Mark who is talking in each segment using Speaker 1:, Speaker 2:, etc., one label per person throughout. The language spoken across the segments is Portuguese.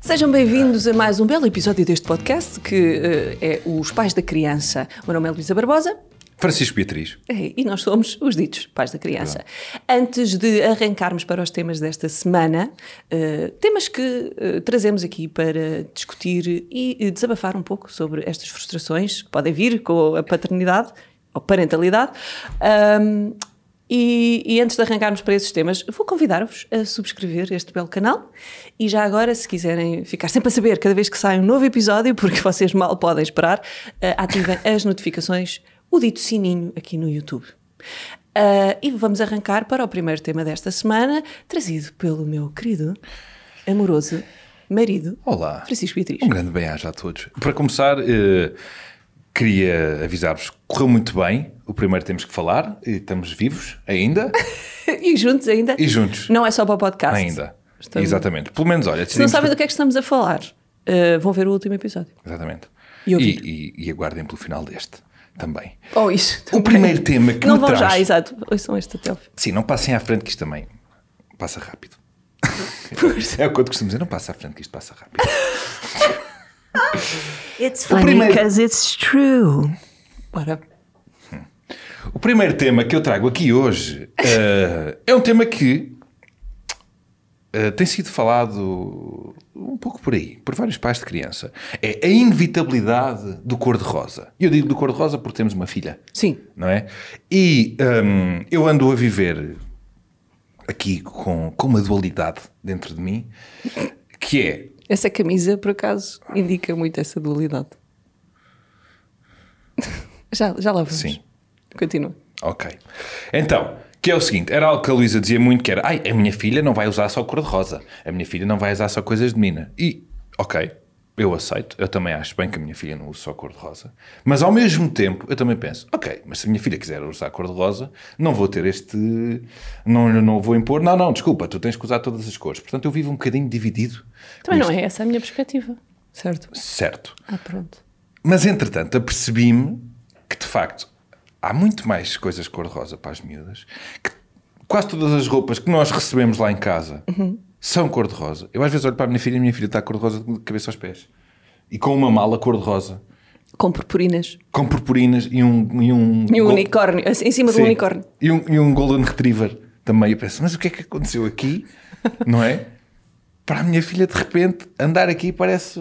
Speaker 1: Sejam bem-vindos a mais um belo episódio deste podcast que eh, é Os Pais da Criança. O meu nome é Luísa Barbosa.
Speaker 2: Francisco Beatriz.
Speaker 1: É, E nós somos os ditos pais da criança. Antes de arrancarmos para os temas desta semana, eh, temas que eh, trazemos aqui para discutir e eh, desabafar um pouco sobre estas frustrações que podem vir com a paternidade ou parentalidade. Ahm, e, e antes de arrancarmos para esses temas, vou convidar-vos a subscrever este belo canal e já agora, se quiserem ficar sempre a saber cada vez que sai um novo episódio, porque vocês mal podem esperar, eh, ativem as notificações o dito sininho aqui no YouTube. Ah, e vamos arrancar para o primeiro tema desta semana, trazido pelo meu querido, amoroso marido,
Speaker 2: Olá.
Speaker 1: Francisco Beatriz.
Speaker 2: Um grande bem-aja a todos. Para começar, eh, queria avisar-vos que correu muito bem. O primeiro temos que falar. E estamos vivos ainda.
Speaker 1: E juntos ainda.
Speaker 2: E juntos.
Speaker 1: Não é só para o podcast.
Speaker 2: Ainda.
Speaker 1: Estamos-
Speaker 2: Exatamente. Pelo menos, olha,
Speaker 1: Se não
Speaker 2: decidimos...
Speaker 1: sabem do que é que estamos a falar, ah, vão ver o último episódio.
Speaker 2: Exatamente.
Speaker 1: E
Speaker 2: E,
Speaker 1: ouvir.
Speaker 2: e- e aguardem pelo final deste também.
Speaker 1: Ou isso.
Speaker 2: O primeiro tema que
Speaker 1: não
Speaker 2: me
Speaker 1: vão
Speaker 2: traz...
Speaker 1: já, exato. Ouçam este até ao fim.
Speaker 2: Sim, não passem à frente que isto também passa rápido. é o que eu costumo dizer, não passa à frente que isto passa rápido.
Speaker 3: It's
Speaker 2: funny primeiro-
Speaker 3: it's true.
Speaker 1: Bora.
Speaker 2: O primeiro tema que eu trago aqui hoje eh, é um tema que eh, tem sido falado um pouco por aí, por vários pais de criança. É a inevitabilidade do cor-de-rosa. E Eu digo do cor-de-rosa porque temos uma filha,
Speaker 1: Sim.
Speaker 2: não é? E hum, eu ando a viver aqui com, com uma dualidade dentro de mim, que é
Speaker 1: Essa camisa, por acaso, indica muito essa dualidade. já, já lá vamos.
Speaker 2: Sim.
Speaker 1: Continua.
Speaker 2: Ok. Então, que é o seguinte, era algo que a Luísa dizia muito, que era, ai, a minha filha não vai usar só cor-de-rosa, a minha filha não vai usar só coisas de mina. E, ok, eu aceito, eu também acho bem que a minha filha não use só cor-de-rosa, mas ao mesmo tempo eu também penso, ok, mas se a minha filha quiser usar cor-de-rosa, não vou ter este, não, não vou impor, não, não, desculpa, tu tens que usar todas as cores. Portanto, eu vivo um bocadinho dividido.
Speaker 1: Também não
Speaker 2: nisto.
Speaker 1: é essa a minha perspectiva, certo?
Speaker 2: Certo.
Speaker 1: Ah, pronto.
Speaker 2: Mas entretanto, apercebi-me que de facto há muito mais coisas cor-de-rosa para as miúdas. Que quase todas as roupas que nós recebemos lá em casa são cor-de-rosa. Eu às vezes olho para a minha filha e a minha filha está cor-de-rosa de cabeça aos pés e com uma mala cor-de-rosa,
Speaker 1: Com purpurinas.
Speaker 2: com purpurinas e um. E um,
Speaker 1: E um
Speaker 2: gol-
Speaker 1: unicórnio, assim, em cima
Speaker 2: Sim.
Speaker 1: do unicórnio.
Speaker 2: E um, e um Golden Retriever também. Eu penso, mas o que é que aconteceu aqui? Não é? Para a minha filha, de repente, andar aqui parece,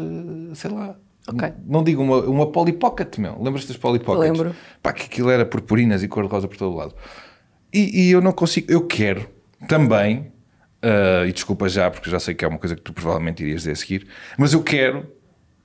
Speaker 2: sei lá.
Speaker 1: Ok.
Speaker 2: n- Não digo uma, uma Polly Pocket, meu. Lembras-te das Polly Pockets?
Speaker 1: Lembro.
Speaker 2: Pá, que aquilo era purpurinas e cor-de-rosa por todo o lado. E, e eu não consigo. Eu quero também. ah, e desculpa já, porque já sei que é uma coisa que tu provavelmente irias dizer a seguir. Mas eu quero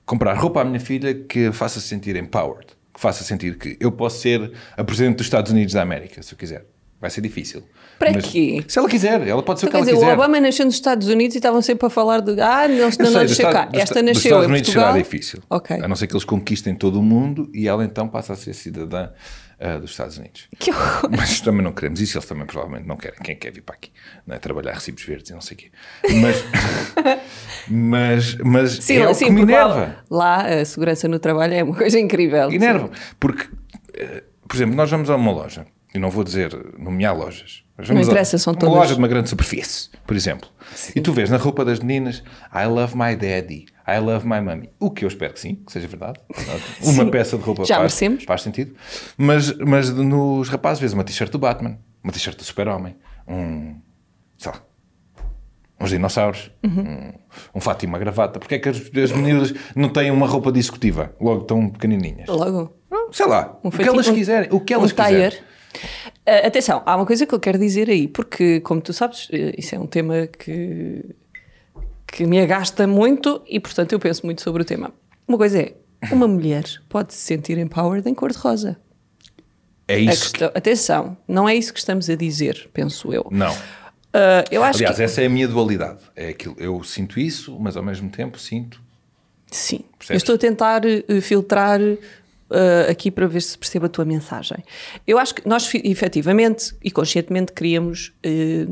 Speaker 2: comprar roupa à minha filha que a faça sentir empowered. Que faça sentir que eu posso ser a presidente dos Estados Unidos da América, se eu quiser. Vai ser difícil.
Speaker 1: Para
Speaker 2: Mas
Speaker 1: quê?
Speaker 2: Se ela quiser, ela pode ser
Speaker 1: Então,
Speaker 2: o que
Speaker 1: quer
Speaker 2: ela
Speaker 1: dizer,
Speaker 2: quiser.
Speaker 1: o Obama nasceu nos Estados Unidos e estavam sempre a falar de. Ah, não,
Speaker 2: Eu
Speaker 1: não
Speaker 2: sei,
Speaker 1: nasceu
Speaker 2: dos
Speaker 1: cá.
Speaker 2: Estados- dos
Speaker 1: Esta
Speaker 2: Esta- dos
Speaker 1: nasceu
Speaker 2: Estados
Speaker 1: em
Speaker 2: Unidos
Speaker 1: Portugal.
Speaker 2: será difícil.
Speaker 1: Ok.
Speaker 2: A não ser que eles conquistem todo o mundo e ela então passa a ser cidadã ah, dos Estados Unidos.
Speaker 1: Que horror.
Speaker 2: Mas também não queremos isso, eles também provavelmente não querem. Quem quer vir para aqui? Não é? Trabalhar recibos verdes e não sei o quê. Mas, mas, mas
Speaker 1: Sim,
Speaker 2: é o
Speaker 1: sim,
Speaker 2: que me
Speaker 1: porque lá-
Speaker 2: enerva.
Speaker 1: Lá a segurança no trabalho é uma coisa incrível.
Speaker 2: Enerva. Porque, eh, por exemplo, nós vamos a uma loja, e não vou dizer nomear lojas, mas
Speaker 1: Não
Speaker 2: vamos a-
Speaker 1: interessa, são
Speaker 2: uma
Speaker 1: todas.
Speaker 2: loja de uma grande superfície, por exemplo, e tu vês na roupa das meninas I love my daddy, I love my mommy, o que eu espero que sim, que seja verdade. Uma peça de roupa
Speaker 1: Já
Speaker 2: faz,
Speaker 1: merecemos.
Speaker 2: faz sentido, mas, mas nos rapazes vês uma t-shirt do Batman, uma t-shirt do Super-Homem, um. sei lá. Uns dinossauros,
Speaker 1: Uhum.
Speaker 2: um, um fato e uma gravata. Porque é que as, as meninas não têm uma roupa de executiva, logo tão pequenininhas?
Speaker 1: Logo.
Speaker 2: Hum, sei lá, o que
Speaker 1: fatinho-
Speaker 2: elas quiserem, o que elas
Speaker 1: um
Speaker 2: quiserem.
Speaker 1: tire. Ah, atenção, há uma coisa que eu quero dizer aí, porque, como tu sabes, eh, isso é um tema que, que me agasta muito e, portanto, eu penso muito sobre o tema. Uma coisa é, uma mulher pode se sentir empowered em cor-de-rosa.
Speaker 2: É
Speaker 1: A
Speaker 2: isso.
Speaker 1: questão- Atenção, não é isso que estamos a dizer, penso eu.
Speaker 2: Não.
Speaker 1: Ah, eu acho
Speaker 2: Aliás,
Speaker 1: que...
Speaker 2: essa é a minha dualidade. É aquilo. Eu sinto isso, mas ao mesmo tempo sinto.
Speaker 1: Sim. Eu
Speaker 2: Percebes?
Speaker 1: estou a tentar eh, filtrar eh, aqui para ver se percebo a tua mensagem. Eu acho que nós, fi- efetivamente e conscientemente, queríamos eh,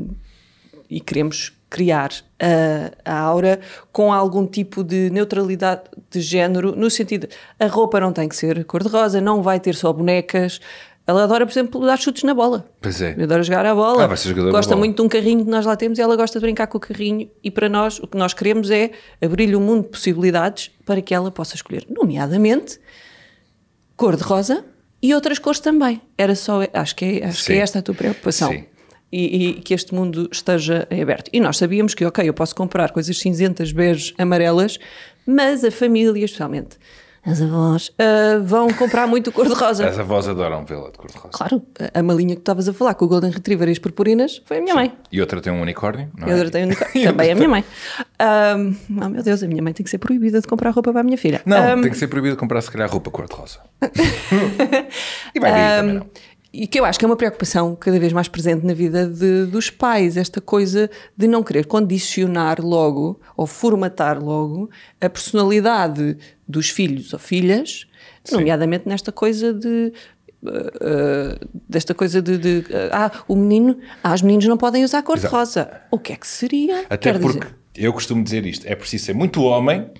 Speaker 1: e queremos criar eh, a aura com algum tipo de neutralidade de género, no sentido a roupa não tem que ser cor-de-rosa, não vai ter só bonecas. Ela adora, por exemplo, dar chutes na bola.
Speaker 2: Pois é.
Speaker 1: Eu adoro jogar à bola.
Speaker 2: Ah, vai ser jogadora
Speaker 1: gosta
Speaker 2: da bola.
Speaker 1: muito de um carrinho que nós lá temos e ela gosta de brincar com o carrinho. E para nós, o que nós queremos é abrir-lhe um mundo de possibilidades para que ela possa escolher, nomeadamente, cor de rosa e outras cores também. Era só, acho que é, acho que é
Speaker 2: Sim.
Speaker 1: esta a tua preocupação.
Speaker 2: Sim.
Speaker 1: E, e que este mundo esteja em aberto. E nós sabíamos que, ok, eu posso comprar coisas cinzentas, beijos, amarelas, mas a família, especialmente as avós, ah, vão comprar muito cor-de-rosa.
Speaker 2: As avós adoram vê-la de cor-de-rosa.
Speaker 1: Claro, a- a malinha que tu estavas a falar com o Golden Retriever e as purpurinas foi a minha mãe.
Speaker 2: E outra tem um unicórnio, não
Speaker 1: Eu
Speaker 2: é?
Speaker 1: adorei ter um unicórnio. Também é a minha mãe. Ahm, oh meu Deus, a minha mãe tem que ser proibida de comprar roupa para a minha filha.
Speaker 2: Não,
Speaker 1: Ahm,
Speaker 2: tem que ser proibido comprar, se calhar, roupa cor-de-rosa. Hum, e vai vir também, não.
Speaker 1: e que eu acho que é uma preocupação cada vez mais presente na vida de- dos pais, esta coisa de não querer condicionar logo ou formatar logo a personalidade dos filhos ou filhas, nomeadamente nesta coisa de. eh, eh, desta coisa de, de, eh, ah, o menino, ah, os meninos não podem usar cor de rosa. O que é que seria?
Speaker 2: Até
Speaker 1: Quer
Speaker 2: porque
Speaker 1: dizer,
Speaker 2: eu costumo dizer isto: é preciso ser muito homem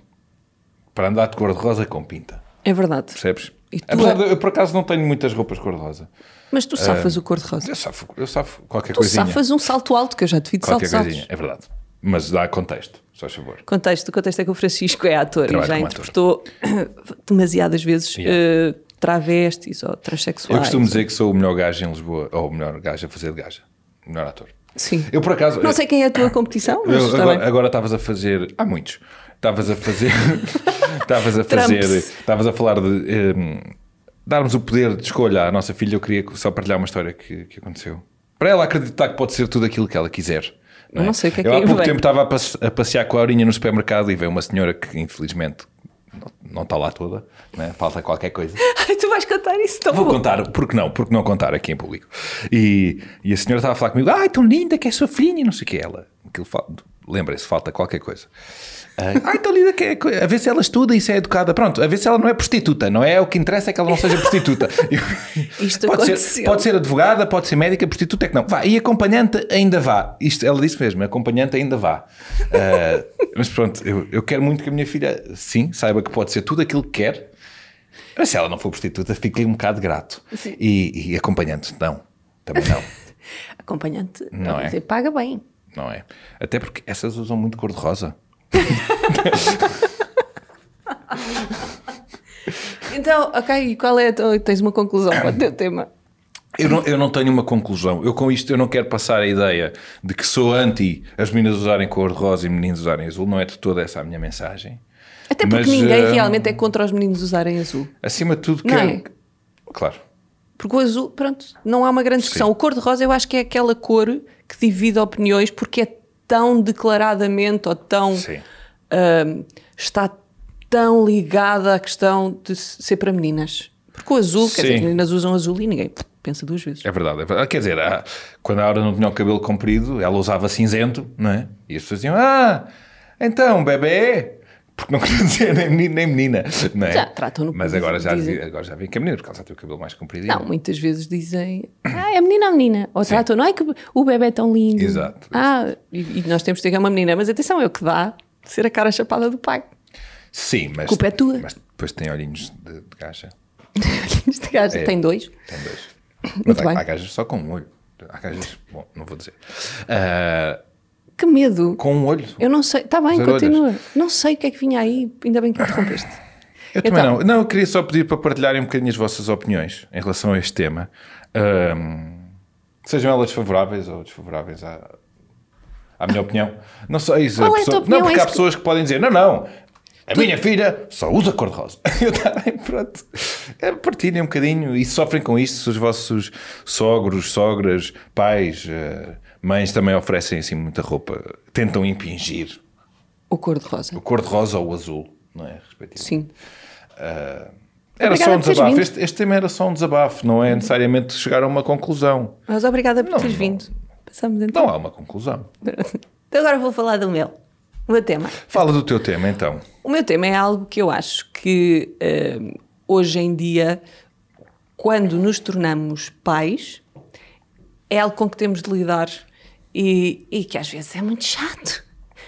Speaker 2: para andar de cor-de-rosa com pinta.
Speaker 1: é verdade.
Speaker 2: Percebes?
Speaker 1: E tu-
Speaker 2: Apesar de, eu, por acaso, não tenho muitas roupas cor-de-rosa.
Speaker 1: Mas tu safas o cor de rosa.
Speaker 2: Eu safo, eu safo qualquer
Speaker 1: Tu
Speaker 2: Eh, coisinha.
Speaker 1: safas um salto alto, que eu já te vi de
Speaker 2: qualquer
Speaker 1: saltos altos.
Speaker 2: coisinha, é verdade. Mas dá contexto, só favor.
Speaker 1: Contexto, o contexto é que o Francisco é ator
Speaker 2: Trabalha
Speaker 1: e já
Speaker 2: como
Speaker 1: interpretou demasiadas vezes
Speaker 2: Yeah.
Speaker 1: eh, travestis ou transexuais.
Speaker 2: Eu costumo dizer que sou o melhor gajo em Lisboa, ou o melhor gajo a fazer de gaja. O melhor ator.
Speaker 1: Sim.
Speaker 2: Eu, por acaso.
Speaker 1: Não sei quem é a tua competição, mas
Speaker 2: Eu-
Speaker 1: está
Speaker 2: agora,
Speaker 1: bem.
Speaker 2: agora estavas a fazer. Há muitos. Estavas a fazer. Estavas a fazer.
Speaker 1: Trumps.
Speaker 2: Estavas a falar de. hum, darmos o poder de escolha à nossa filha. Eu queria só partilhar uma história que, que aconteceu. Para ela acreditar que pode ser tudo aquilo que ela quiser.
Speaker 1: Eu não sei o que é
Speaker 2: eu
Speaker 1: que
Speaker 2: há
Speaker 1: aí
Speaker 2: pouco
Speaker 1: vem.
Speaker 2: tempo estava a, passe- a passear com a Aurinha no supermercado e veio uma senhora que, infelizmente, não- não está lá toda, né? falta qualquer coisa.
Speaker 1: Ai, tu vais contar isso tão
Speaker 2: Vou
Speaker 1: bom.
Speaker 2: contar, porque não? Porque não contar aqui em público? E, e a senhora estava a falar comigo, ai, tão linda que é sua filha, e não sei o que ela. Aquilo fal- Lembrem-se, falta qualquer coisa. Ah, Ai, tão linda que é. co- A ver se ela estuda e se é educada. Pronto, a ver se ela não é prostituta, não é? O que interessa é que ela não seja prostituta.
Speaker 1: Isto
Speaker 2: pode ser,
Speaker 1: aconteceu.
Speaker 2: pode ser advogada, pode ser médica, prostituta é que não. Vá, e acompanhante ainda vá. Isto, ela disse mesmo, acompanhante ainda vá. Ah, mas pronto, eu, eu quero muito que a minha filha, sim, saiba que pode ser tudo aquilo que quer, mas se ela não for prostituta, fico-lhe um bocado grato.
Speaker 1: Sim.
Speaker 2: E, e acompanhante, não. Também não,
Speaker 1: Acompanhante,
Speaker 2: Não
Speaker 1: quer
Speaker 2: é.
Speaker 1: dizer, paga bem.
Speaker 2: não é? Até porque essas usam muito cor-de-rosa.
Speaker 1: Então, ok, e qual é a tua- Tens uma conclusão para o teu tema?
Speaker 2: Eu não, eu não tenho uma conclusão. Eu com isto eu não quero passar a ideia de que sou anti as meninas usarem cor-de-rosa e meninos usarem azul. Não é de toda essa a minha mensagem.
Speaker 1: Até porque
Speaker 2: Mas,
Speaker 1: ninguém
Speaker 2: eh,
Speaker 1: realmente é contra os meninos usarem azul.
Speaker 2: Acima de tudo,
Speaker 1: Não
Speaker 2: quero...
Speaker 1: é?
Speaker 2: Claro.
Speaker 1: Porque o azul, pronto, não há uma grande discussão. O cor-de-rosa eu acho que é aquela cor que divide opiniões porque é tão declaradamente ou tão.
Speaker 2: Sim.
Speaker 1: ahm, está tão ligada à questão de se- ser para meninas. Porque o azul, quer dizer,
Speaker 2: Sim.
Speaker 1: as meninas usam azul e ninguém pff, pensa duas vezes.
Speaker 2: É verdade, é verdade. Quer dizer, ah, quando a Aura não tinha o cabelo comprido, ela usava cinzento, não é? E as pessoas diziam, ah, então, bebê. Porque não queria dizer nem menino nem menina, não é?
Speaker 1: Já, tratam-no
Speaker 2: Mas
Speaker 1: como
Speaker 2: agora já,
Speaker 1: dizem.
Speaker 2: dizem- agora já vem que é menino, porque ela já tem o cabelo mais comprido. e
Speaker 1: Não, muitas vezes dizem, ah, é menina ou menina? Ou tratam, não é que o bebê é tão lindo.
Speaker 2: Exato.
Speaker 1: Ah, e, e nós temos de ter que é uma menina, mas atenção, é o que dá ser a cara chapada do pai.
Speaker 2: Sim, mas...
Speaker 1: Culpa é tua.
Speaker 2: Mas depois tem olhinhos de, de gaja.
Speaker 1: Este gajo
Speaker 2: É.
Speaker 1: tem dois.
Speaker 2: Tem dois. Mas
Speaker 1: Muito
Speaker 2: há,
Speaker 1: bem.
Speaker 2: há gajas só com um olho. Há gajas... Bom, não vou dizer. Ah,
Speaker 1: Que medo.
Speaker 2: com um olho.
Speaker 1: Eu não sei, está bem,
Speaker 2: Zero
Speaker 1: continua. Não sei o que é que vinha aí, ainda bem que me interrompeste.
Speaker 2: Eu também
Speaker 1: Então-
Speaker 2: não. Não, eu queria só pedir para partilharem um bocadinho as vossas opiniões em relação a este tema. Ahm, sejam elas favoráveis ou desfavoráveis à, à minha opinião. Não sei se
Speaker 1: Qual é a
Speaker 2: pessoa-
Speaker 1: tua opinião?
Speaker 2: Não, porque
Speaker 1: É
Speaker 2: há
Speaker 1: isso que-
Speaker 2: pessoas que podem dizer, não, não, a minha filha só usa cor-de-rosa. Eu também, pronto. É, Partilhem um bocadinho e sofrem com isto se os vossos sogros, sogras, pais, eh, mães também oferecem assim muita roupa. Tentam impingir
Speaker 1: O cor-de-rosa.
Speaker 2: o cor-de-rosa ou o azul, não é? Respectivamente.
Speaker 1: Sim.
Speaker 2: Era
Speaker 1: Obrigada
Speaker 2: só um
Speaker 1: por teres
Speaker 2: desabafo.
Speaker 1: vindo.
Speaker 2: Este, este tema era só um desabafo, não é necessariamente chegar a uma conclusão.
Speaker 1: Mas obrigada por
Speaker 2: Não,
Speaker 1: teres
Speaker 2: não.
Speaker 1: vindo. Passamos então.
Speaker 2: Não há uma conclusão.
Speaker 1: Então agora vou falar do meu. O meu tema.
Speaker 2: Fala do teu tema então.
Speaker 1: O meu tema é algo que eu acho que hum, hoje em dia, quando nos tornamos pais, é algo com que temos de lidar e, e que às vezes é muito chato.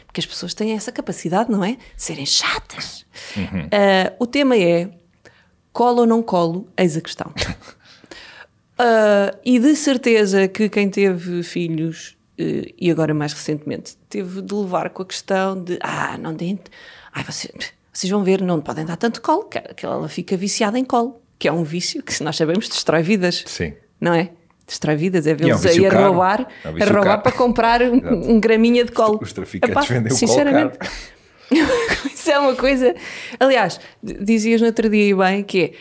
Speaker 1: Porque as pessoas têm essa capacidade, não é? Serem chatas. Ah, o tema é colo ou não colo, eis a questão. Ah, e de certeza que quem teve filhos, eh, e agora mais recentemente, teve de levar com a questão de ah, não deem. Ai, vocês, vocês vão ver, não podem dar tanto colo, que que ela fica viciada em colo, que é um vício que, se nós sabemos, destrói vidas.
Speaker 2: Sim.
Speaker 1: Não é? Destrói vidas, é vê-los
Speaker 2: vício
Speaker 1: aí a
Speaker 2: caro.
Speaker 1: roubar,
Speaker 2: É um
Speaker 1: a
Speaker 2: vício
Speaker 1: roubar
Speaker 2: caro.
Speaker 1: para comprar
Speaker 2: Exato.
Speaker 1: um, um graminha de colo.
Speaker 2: Os traficantes vendem o colo
Speaker 1: Sinceramente,
Speaker 2: caro.
Speaker 1: isso é uma coisa. Aliás, d- dizias no outro dia e bem que é,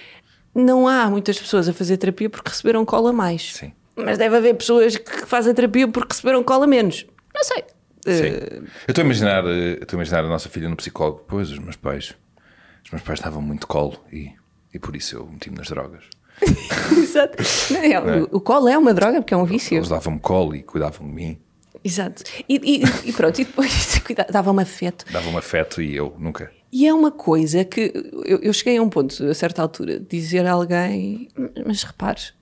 Speaker 1: não há muitas pessoas a fazer terapia porque receberam cola a mais.
Speaker 2: Sim.
Speaker 1: Mas deve haver pessoas que fazem terapia porque receberam cola a menos. Não sei. Eh,
Speaker 2: Sim. Eu estou a imaginar, eh, eu estou a imaginar a nossa filha no psicólogo. Pois, os meus pais, os meus pais davam muito colo e, e por isso eu meti-me nas drogas.
Speaker 1: Eh, Exato. Não, é, o- O colo é uma droga porque é um vício.
Speaker 2: Eles davam-me colo e cuidavam de mim,
Speaker 1: Exato. E, e- e pronto, e depois cuidado, dava-me afeto.
Speaker 2: davam-me afeto e eu nunca.
Speaker 1: E é uma coisa que eu, eu cheguei a um ponto, a certa altura, de dizer a alguém: Mas repares,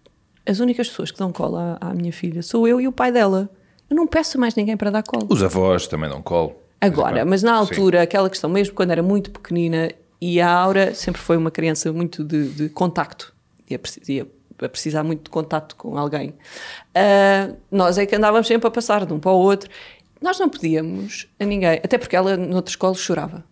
Speaker 1: as únicas pessoas que dão cola à, à minha filha sou eu e o pai dela. Eu não peço a mais ninguém para dar cola.
Speaker 2: Os avós também dão colo.
Speaker 1: Agora, mas na
Speaker 2: Sim.
Speaker 1: altura, aquela questão, mesmo quando era muito pequenina, e a Aura sempre foi uma criança muito de, de contacto, ia, preci- ia a precisar muito de contacto com alguém. Ah, nós é que andávamos sempre a passar de um para o outro. Nós não podíamos a ninguém, até porque ela, noutros colos, chorava.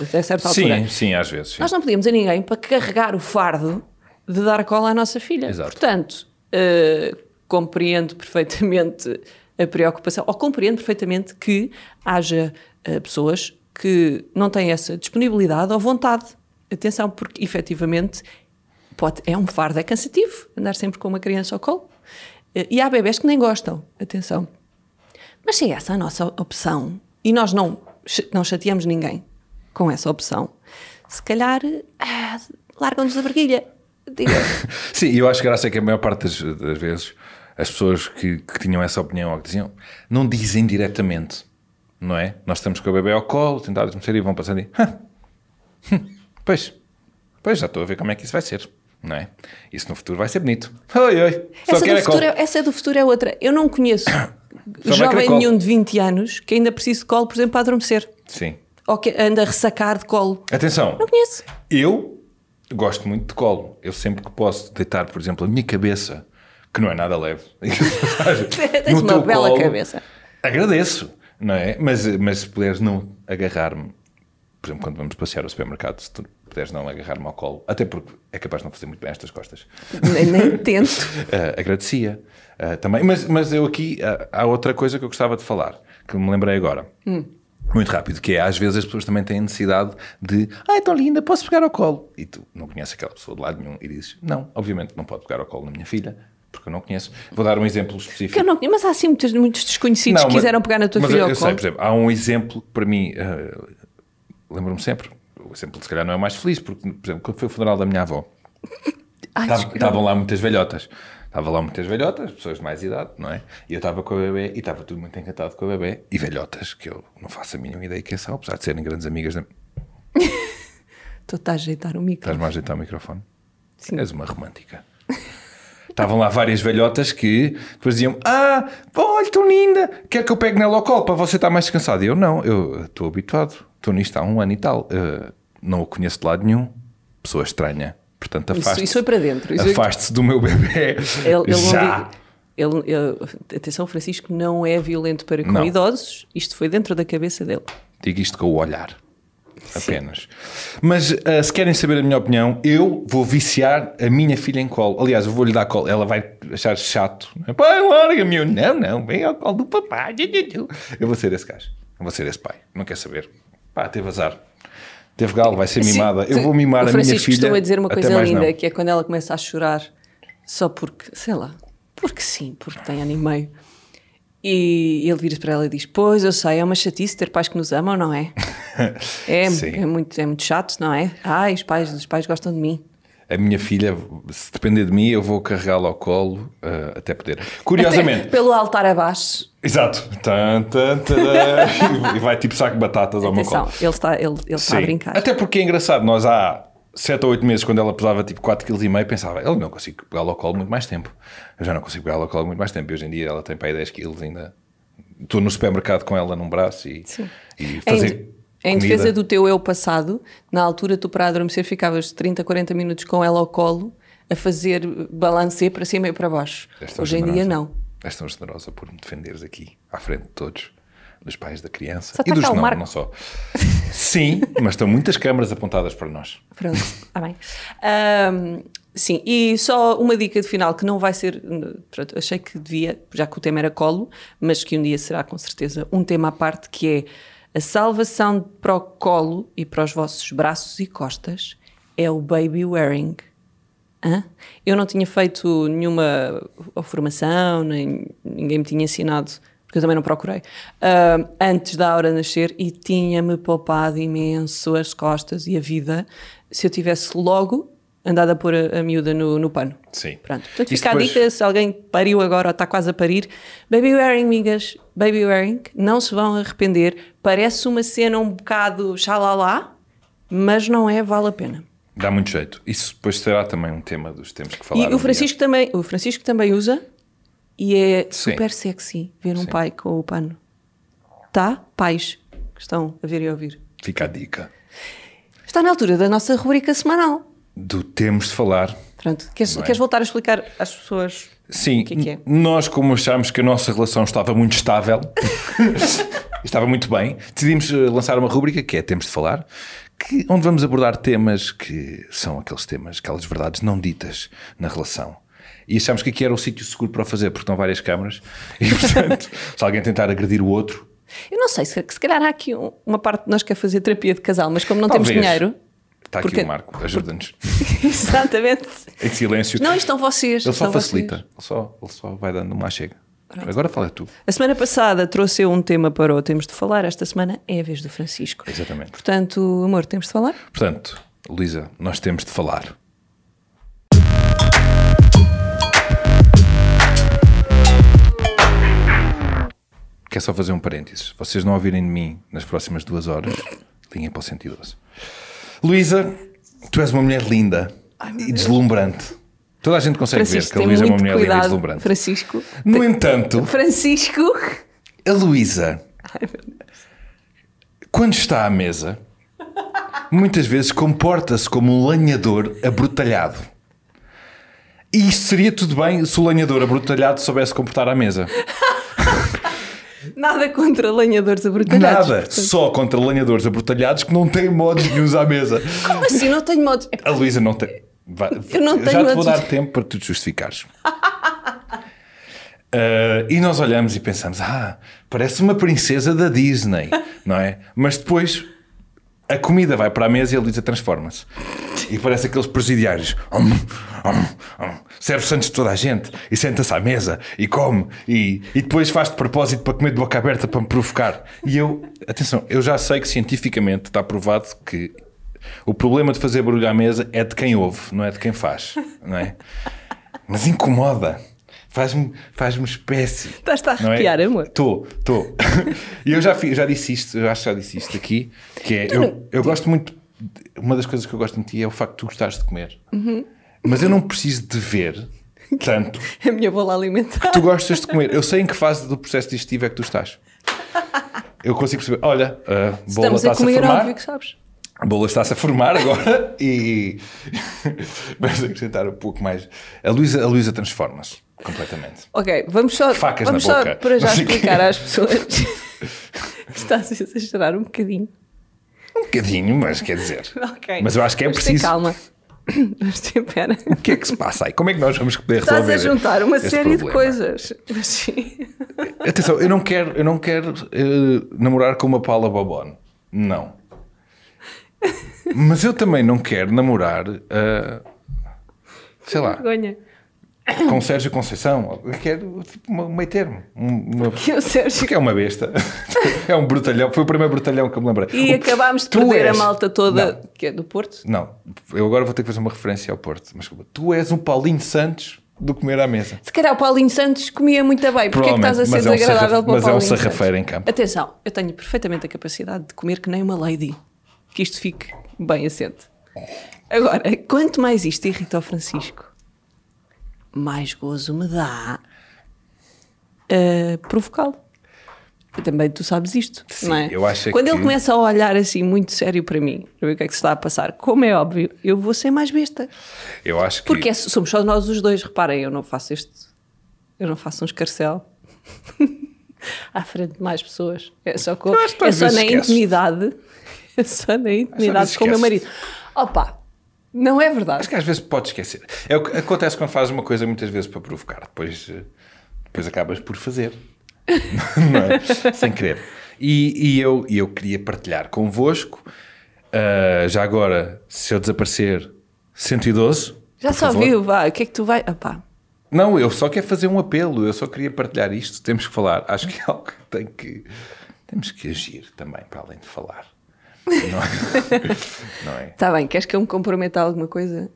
Speaker 1: Até certa
Speaker 2: Sim,
Speaker 1: altura.
Speaker 2: sim, às vezes. sim.
Speaker 1: Nós não podíamos a ninguém para carregar o fardo de dar cola à nossa filha.
Speaker 2: Exato.
Speaker 1: Portanto, eh, compreendo perfeitamente a preocupação, ou compreendo perfeitamente que haja eh, pessoas que não têm essa disponibilidade ou vontade. Atenção, porque efetivamente pode- é um fardo, é cansativo andar sempre com uma criança ao colo. Eh, E há bebés que nem gostam, atenção. Mas se essa é a nossa opção e nós não, ch- não chateamos ninguém com essa opção, se calhar ah, largam-nos da barguilha. Digo,
Speaker 2: Sim, eu acho que graça é que a maior parte das, das vezes as pessoas que, que tinham essa opinião ou que diziam, não dizem diretamente, não é? Nós estamos com o bebê ao colo, tentados mexer e vão passando e. "Hã? Hum, Pois, pois já estou a ver como é que isso vai ser, não é? Isso no futuro vai ser bonito. Oi, oi, só
Speaker 1: essa,
Speaker 2: quero
Speaker 1: do
Speaker 2: é colo.
Speaker 1: futuro é, essa do futuro é outra. Eu não conheço
Speaker 2: vai querer
Speaker 1: jovem
Speaker 2: colo.
Speaker 1: nenhum de 20 anos que ainda precise de colo, por exemplo, para adormecer.
Speaker 2: Sim.
Speaker 1: Ou que anda a ressacar de colo.
Speaker 2: Atenção,
Speaker 1: Não conheço.
Speaker 2: eu gosto muito de colo. Eu sempre que posso deitar, por exemplo, a minha cabeça, que não é nada leve.
Speaker 1: Tens
Speaker 2: no
Speaker 1: uma
Speaker 2: teu
Speaker 1: bela
Speaker 2: colo,
Speaker 1: cabeça.
Speaker 2: Agradeço, não é? Mas, mas se puderes não agarrar-me, por exemplo, quando vamos passear ao supermercado, se tu puderes não agarrar-me ao colo, até porque é capaz de não fazer muito bem estas costas,
Speaker 1: Nem, nem tento.
Speaker 2: ah, agradecia ah, também. Mas, mas eu aqui, ah, há outra coisa que eu gostava de falar, que me lembrei agora.
Speaker 1: Hum.
Speaker 2: Muito rápido, que é às vezes as pessoas também têm necessidade de ah, é tão linda, posso pegar ao colo. E tu não conheces aquela pessoa de lado nenhum e dizes não, obviamente não pode pegar ao colo na minha filha, porque eu não conheço. Vou dar um exemplo específico.
Speaker 1: Que eu não conheço. Mas há assim muitos, muitos desconhecidos
Speaker 2: Não,
Speaker 1: que
Speaker 2: mas-
Speaker 1: quiseram pegar na tua
Speaker 2: mas
Speaker 1: filha
Speaker 2: eu,
Speaker 1: ao
Speaker 2: eu
Speaker 1: colo.
Speaker 2: sei, por exemplo, há um exemplo que para mim, eh, lembro-me sempre, o exemplo se calhar não é o mais feliz, porque, por exemplo, quando foi o funeral da minha avó,
Speaker 1: Ai,
Speaker 2: Tava-
Speaker 1: desculpa.
Speaker 2: Estavam lá muitas velhotas. Estavam lá muitas velhotas, pessoas de mais idade, não é? E eu estava com a bebê e estava tudo muito encantado com a bebê. E velhotas, que eu não faço a mínima ideia quem são, apesar de serem grandes amigas. da-
Speaker 1: Estou-te a ajeitar o micro.
Speaker 2: Estás-me a ajeitar o microfone?
Speaker 1: Sim.
Speaker 2: És uma romântica. Estavam lá várias velhotas que depois diziam: Ah, olha, tão linda, quer que eu pegue nela ao colo para você estar mais descansado. E eu: Não, eu estou habituado, estou nisto há um ano e tal. Eh, não o conheço de lado nenhum, pessoa estranha. Portanto, afaste-se.
Speaker 1: isso foi para dentro. Isso é-
Speaker 2: Afaste-se do meu bebê.
Speaker 1: Ele, ele
Speaker 2: Tá já.
Speaker 1: Não, ele, ele- atenção, o Francisco não é violento para com
Speaker 2: Não.
Speaker 1: idosos. Isto foi dentro da cabeça dele.
Speaker 2: Digo isto com o olhar. Apenas. Mas ah, se querem saber a minha opinião, eu vou viciar a minha filha em colo. Aliás, eu vou-lhe dar colo. Ela vai achar chato. não é? Pai, larga-me. Eu, Não, não, vem ao colo do papai. Eu vou ser esse gajo. Eu vou ser esse pai. Não quer saber. Pá, teve azar. Teve galo, vai ser mimada.
Speaker 1: Sim,
Speaker 2: eu vou mimar
Speaker 1: o
Speaker 2: a minha filha.
Speaker 1: Francisco costuma dizer uma
Speaker 2: até
Speaker 1: coisa
Speaker 2: mais
Speaker 1: linda,
Speaker 2: não.
Speaker 1: que é quando ela começa a chorar só porque, sei lá, porque sim, porque tem ano e meio. E ele vira para ela e diz: Pois, eu sei, é uma chatice ter pais que nos amam, não é? É,
Speaker 2: Sim.
Speaker 1: é muito, é muito chato, não é? Ai, os pais, os pais gostam de mim.
Speaker 2: A minha filha, se depender de mim, eu vou carregá-la ao colo ah, até poder. Curiosamente,
Speaker 1: Pelo altar abaixo.
Speaker 2: Exato. Tan, tan, tadã. e vai tipo saco de batatas ao meu
Speaker 1: Atenção,
Speaker 2: colo.
Speaker 1: ele está, ele, ele está a
Speaker 2: Sim.
Speaker 1: brincar.
Speaker 2: Até porque é engraçado, nós há 7 ou 8 meses, quando ela pesava tipo 4,5 kg, pensava, eu não consigo pegá-la ao colo muito mais tempo. Eu já não consigo pegá-la ao colo muito mais tempo. E hoje em dia ela tem para aí 10 kg ainda. Estou no supermercado com ela num braço e,
Speaker 1: Sim.
Speaker 2: e
Speaker 1: Em,
Speaker 2: fazer.
Speaker 1: em
Speaker 2: comida.
Speaker 1: defesa do teu eu passado, na altura tu para adormecer ficavas 30, 40 minutos com ela ao colo a fazer balanceio para cima e para baixo.
Speaker 2: És é tão
Speaker 1: Hoje em dia
Speaker 2: generosa.
Speaker 1: não.
Speaker 2: És tão generosa por me defenderes aqui, à frente de todos, dos pais da criança
Speaker 1: Só
Speaker 2: e
Speaker 1: está
Speaker 2: dos
Speaker 1: cá o
Speaker 2: não,
Speaker 1: Marco.
Speaker 2: não só. Sim, mas estão muitas câmaras apontadas para nós.
Speaker 1: Pronto, está bem. Ahm, sim, e só uma dica de final que não vai ser. pronto, achei que devia, já que o tema era colo, mas que um dia será com certeza um tema à parte que é a salvação para o colo e para os vossos braços e costas é o baby wearing. Hã? Eu não tinha feito nenhuma formação, nem ninguém me tinha ensinado, porque eu também não procurei, ahm, antes da Aura nascer e tinha-me poupado imenso as costas e a vida se eu tivesse logo andado a pôr a, a miúda no, no pano.
Speaker 2: Sim.
Speaker 1: Pronto. Portanto,
Speaker 2: Isso
Speaker 1: fica
Speaker 2: depois-
Speaker 1: a dica se alguém pariu agora ou está quase a parir. Baby wearing, migas, baby wearing, não se vão arrepender. Parece uma cena um bocado xalala, mas não é, vale a pena.
Speaker 2: Dá muito jeito. Isso depois será também um tema dos tempos que
Speaker 1: E
Speaker 2: falaram.
Speaker 1: o Francisco, também, o Francisco também usa e é
Speaker 2: Sim.
Speaker 1: super sexy ver um
Speaker 2: Sim.
Speaker 1: pai com o pano. Tá? Pais que estão a ver e a ouvir.
Speaker 2: Fica a dica.
Speaker 1: Está na altura da nossa rubrica semanal.
Speaker 2: Do temos de falar.
Speaker 1: Pronto, queres,
Speaker 2: Bem.
Speaker 1: queres voltar a explicar às pessoas
Speaker 2: é? Sim,
Speaker 1: o que é que é?
Speaker 2: n- nós como achámos que a nossa relação estava muito estável, estava muito bem, decidimos eh, lançar uma rúbrica que é Temos de Falar, que, onde vamos abordar temas que são aqueles temas, aquelas verdades não ditas na relação. E achámos que aqui era o sítio seguro para o fazer, porque estão várias câmaras, e portanto, se alguém tentar agredir o outro,
Speaker 1: Eu não sei, se, se calhar há aqui um- uma parte de nós que quer fazer terapia de casal, mas como não
Speaker 2: Talvez.
Speaker 1: temos dinheiro.
Speaker 2: está aqui
Speaker 1: Porque-
Speaker 2: o Marco, ajuda-nos.
Speaker 1: Exatamente.
Speaker 2: Em silêncio.
Speaker 1: Não, isto são vocês.
Speaker 2: ele só
Speaker 1: são então vocês.
Speaker 2: facilita, ele só, ele só vai dando uma chega. Agora fala tu.
Speaker 1: A semana passada trouxe eu um tema para o Temos de Falar, esta semana é a vez do Francisco.
Speaker 2: Exatamente.
Speaker 1: Portanto, amor, temos de falar?
Speaker 2: Portanto, Luísa, nós temos de falar. Quer só fazer um parênteses. Vocês não ouvirem de mim nas próximas duas horas, liguem para o 112. Luísa, tu és uma mulher linda e deslumbrante. Toda a gente consegue ver que a
Speaker 1: tem
Speaker 2: Luísa é uma
Speaker 1: muito
Speaker 2: mulher linda e
Speaker 1: cuidado.
Speaker 2: deslumbrante.
Speaker 1: Francisco.
Speaker 2: No entanto,
Speaker 1: Francisco.
Speaker 2: a Luísa, quando está à mesa, muitas vezes comporta-se como um lenhador abrutalhado. E isto seria tudo bem se o lenhador abrutalhado soubesse comportar à mesa.
Speaker 1: Nada contra lenhadores abrutalhados.
Speaker 2: Nada, só contra lenhadores abrutalhados que não têm modos nenhums à mesa.
Speaker 1: Como assim? Não tenho modos.
Speaker 2: A Luísa não tem. Vá,
Speaker 1: Eu não tenho
Speaker 2: já te vou
Speaker 1: outros-
Speaker 2: dar tempo para tu te justificares. Ah, e nós olhamos e pensamos: ah, parece uma princesa da Disney, não é? Mas depois a comida vai para a mesa e a Luísa transforma-se. E parece aqueles presidiários: Hum, hum, hum. serve-se antes de toda a gente e senta-se à mesa e come e, e depois faz de propósito para comer de boca aberta para me provocar. E eu, atenção, eu já sei que cientificamente está provado que o problema de fazer barulho à mesa é de quem ouve, não é de quem faz, não é? Mas incomoda. Faz-me faz espécie.
Speaker 1: Estás-te a
Speaker 2: não é?
Speaker 1: arrepiar, amor.
Speaker 2: Estou, estou. E eu já, fi- já disse isto, eu acho que já disse isto aqui, que é, eu, eu gosto muito, de- uma das coisas que eu gosto muito de ti é o facto de tu gostares de comer.
Speaker 1: Uhum.
Speaker 2: Mas eu não preciso de ver tanto
Speaker 1: A minha bola alimentar.
Speaker 2: tu gostas de comer. Eu sei em que fase do processo digestivo é que tu estás. Eu consigo perceber, olha, a bola
Speaker 1: Estamos
Speaker 2: está-se
Speaker 1: a
Speaker 2: a
Speaker 1: comer,
Speaker 2: formar.
Speaker 1: óbvio que sabes.
Speaker 2: A bola está-se a formar agora e vamos acrescentar um pouco mais. A Luísa, a Luísa transforma-se completamente.
Speaker 1: Ok, vamos só,
Speaker 2: Facas
Speaker 1: vamos
Speaker 2: na
Speaker 1: só
Speaker 2: boca.
Speaker 1: para já
Speaker 2: Não sei o quê.
Speaker 1: explicar às pessoas. Estás a exagerar um bocadinho.
Speaker 2: Um bocadinho, mas quer dizer.
Speaker 1: Ok.
Speaker 2: Mas eu acho que é
Speaker 1: Vamos ter
Speaker 2: preciso.
Speaker 1: calma. Vamos ter pera.
Speaker 2: O que é que se passa aí? Como é que nós vamos poder resolver?
Speaker 1: Estás a juntar uma
Speaker 2: este
Speaker 1: série de
Speaker 2: problema?
Speaker 1: coisas. Mas sim.
Speaker 2: Atenção, eu não quero, eu não quero eh, namorar com uma Paula Bobon. Não. Mas eu também não quero namorar, eh, sei lá,
Speaker 1: Vergonha.
Speaker 2: com Sérgio Conceição. Eu quero tipo uma- um meio termo. Um- uma-
Speaker 1: Que o Sérgio
Speaker 2: Porque é uma besta. é um brutalhão. Foi o primeiro brutalhão que eu me lembrei.
Speaker 1: E
Speaker 2: O-
Speaker 1: acabámos de
Speaker 2: tu
Speaker 1: perder
Speaker 2: és-
Speaker 1: a malta toda,
Speaker 2: Não,
Speaker 1: que é do Porto.
Speaker 2: Não, eu agora vou ter que fazer uma referência ao Porto. Mas desculpa, tu és um Paulinho Santos do comer à mesa.
Speaker 1: Se calhar o Paulinho Santos comia muito bem. Porquê é que estás a ser
Speaker 2: Provavelmente, mas é um
Speaker 1: desagradável
Speaker 2: sarraf-
Speaker 1: para o
Speaker 2: mas é um
Speaker 1: Paulinho Santos?
Speaker 2: sarrafeiro em campo.
Speaker 1: Atenção, eu tenho perfeitamente a capacidade de comer que nem uma lady. Que isto fique bem assente. Agora, quanto mais isto irrita o Francisco, mais gozo me dá uh, provocá-lo. Também tu sabes isto,
Speaker 2: Sim,
Speaker 1: não é?
Speaker 2: eu acho
Speaker 1: Quando ele
Speaker 2: que-
Speaker 1: começa a olhar assim muito sério para mim, para ver o que é que se está a passar, como é óbvio, eu vou ser mais besta.
Speaker 2: Eu acho que.
Speaker 1: Porque é- somos só nós os dois, reparem, eu não faço este. Eu não faço um escarcel à frente de mais pessoas. É só, com,
Speaker 2: Eu acho que tu
Speaker 1: é
Speaker 2: às
Speaker 1: só
Speaker 2: vezes
Speaker 1: na
Speaker 2: esqueces.
Speaker 1: intimidade. É só na intimidade
Speaker 2: vezes
Speaker 1: com o meu marido.
Speaker 2: esqueces.
Speaker 1: Opa, não é verdade.
Speaker 2: Acho que às vezes podes esquecer. É o que acontece quando fazes uma coisa muitas vezes para provocar, depois, eh, depois acabas por fazer. Não é? Sem querer. E, e eu, e eu queria partilhar convosco, ah, já agora, se eu desaparecer 112.
Speaker 1: Já
Speaker 2: por
Speaker 1: só
Speaker 2: favor.
Speaker 1: viu, vá, o que é que tu vai. Opa,
Speaker 2: Não, eu só quero fazer um apelo, eu só queria partilhar isto. Temos que falar. Acho que é algo que tem que. Temos que agir também, para além de falar. Não é? Não é?
Speaker 1: está tá bem, queres que eu me comprometa a alguma coisa?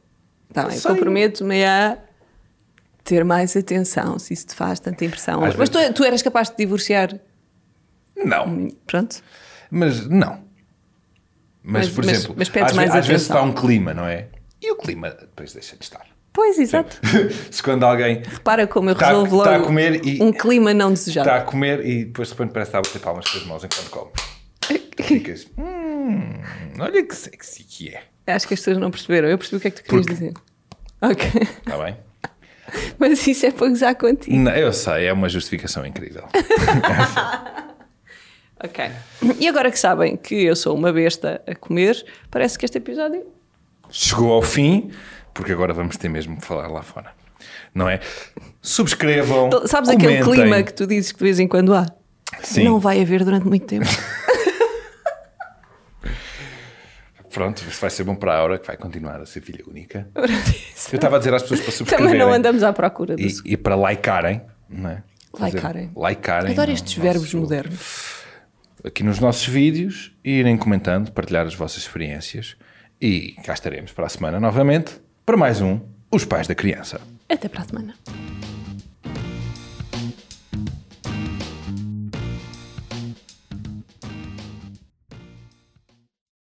Speaker 1: Está bem,
Speaker 2: sei.
Speaker 1: comprometo-me a ter mais atenção, se isso te faz tanta impressão.
Speaker 2: Às
Speaker 1: Mas tu, tu eras capaz de divorciar?
Speaker 2: Não.
Speaker 1: Pronto.
Speaker 2: Mas não. Mas,
Speaker 1: Mas-
Speaker 2: por
Speaker 1: mas-
Speaker 2: exemplo,
Speaker 1: mas pedes
Speaker 2: às, ve-
Speaker 1: mais
Speaker 2: às vezes está
Speaker 1: atenção.
Speaker 2: um clima, não é? E o clima depois deixa de estar.
Speaker 1: Pois, exato.
Speaker 2: Se quando alguém
Speaker 1: Repara como eu
Speaker 2: Tá-
Speaker 1: resolvo logo
Speaker 2: tá a comer e- tá.
Speaker 1: um clima não desejado.
Speaker 2: está a comer e depois de repente parece que está a bater palmas com as mãos enquanto come. E Ficas, hum, olha que sexy que é.
Speaker 1: Acho que as pessoas não perceberam. Eu percebi o que é que tu querias
Speaker 2: Porque-
Speaker 1: dizer. Ok.
Speaker 2: Está bem?
Speaker 1: Mas isso é para gozar contigo.
Speaker 2: Não, eu sei, é uma justificação incrível.
Speaker 1: Ok. E agora que sabem que eu sou uma besta a comer, parece que este episódio.
Speaker 2: Chegou ao fim, porque agora vamos ter mesmo que falar lá fora. Não é? Subscrevam.
Speaker 1: Então, Sabes aquele
Speaker 2: comentem.
Speaker 1: clima que tu dizes que de vez em quando há?
Speaker 2: Sim.
Speaker 1: Não vai haver durante muito tempo.
Speaker 2: Pronto, isso vai ser bom para a Aura, que vai continuar a ser filha única. Eu estava a dizer às pessoas para subscreverem.
Speaker 1: Também não andamos à procura
Speaker 2: E,
Speaker 1: disso.
Speaker 2: e para likarem, não é? Fazer-
Speaker 1: Likarem.
Speaker 2: likarem
Speaker 1: Adoro
Speaker 2: no
Speaker 1: estes
Speaker 2: nosso-
Speaker 1: verbos modernos.
Speaker 2: Aqui nos nossos vídeos, e irem comentando, partilhar as vossas experiências. E cá estaremos para a semana novamente para mais um Os Pais da Criança.
Speaker 1: Até para a semana.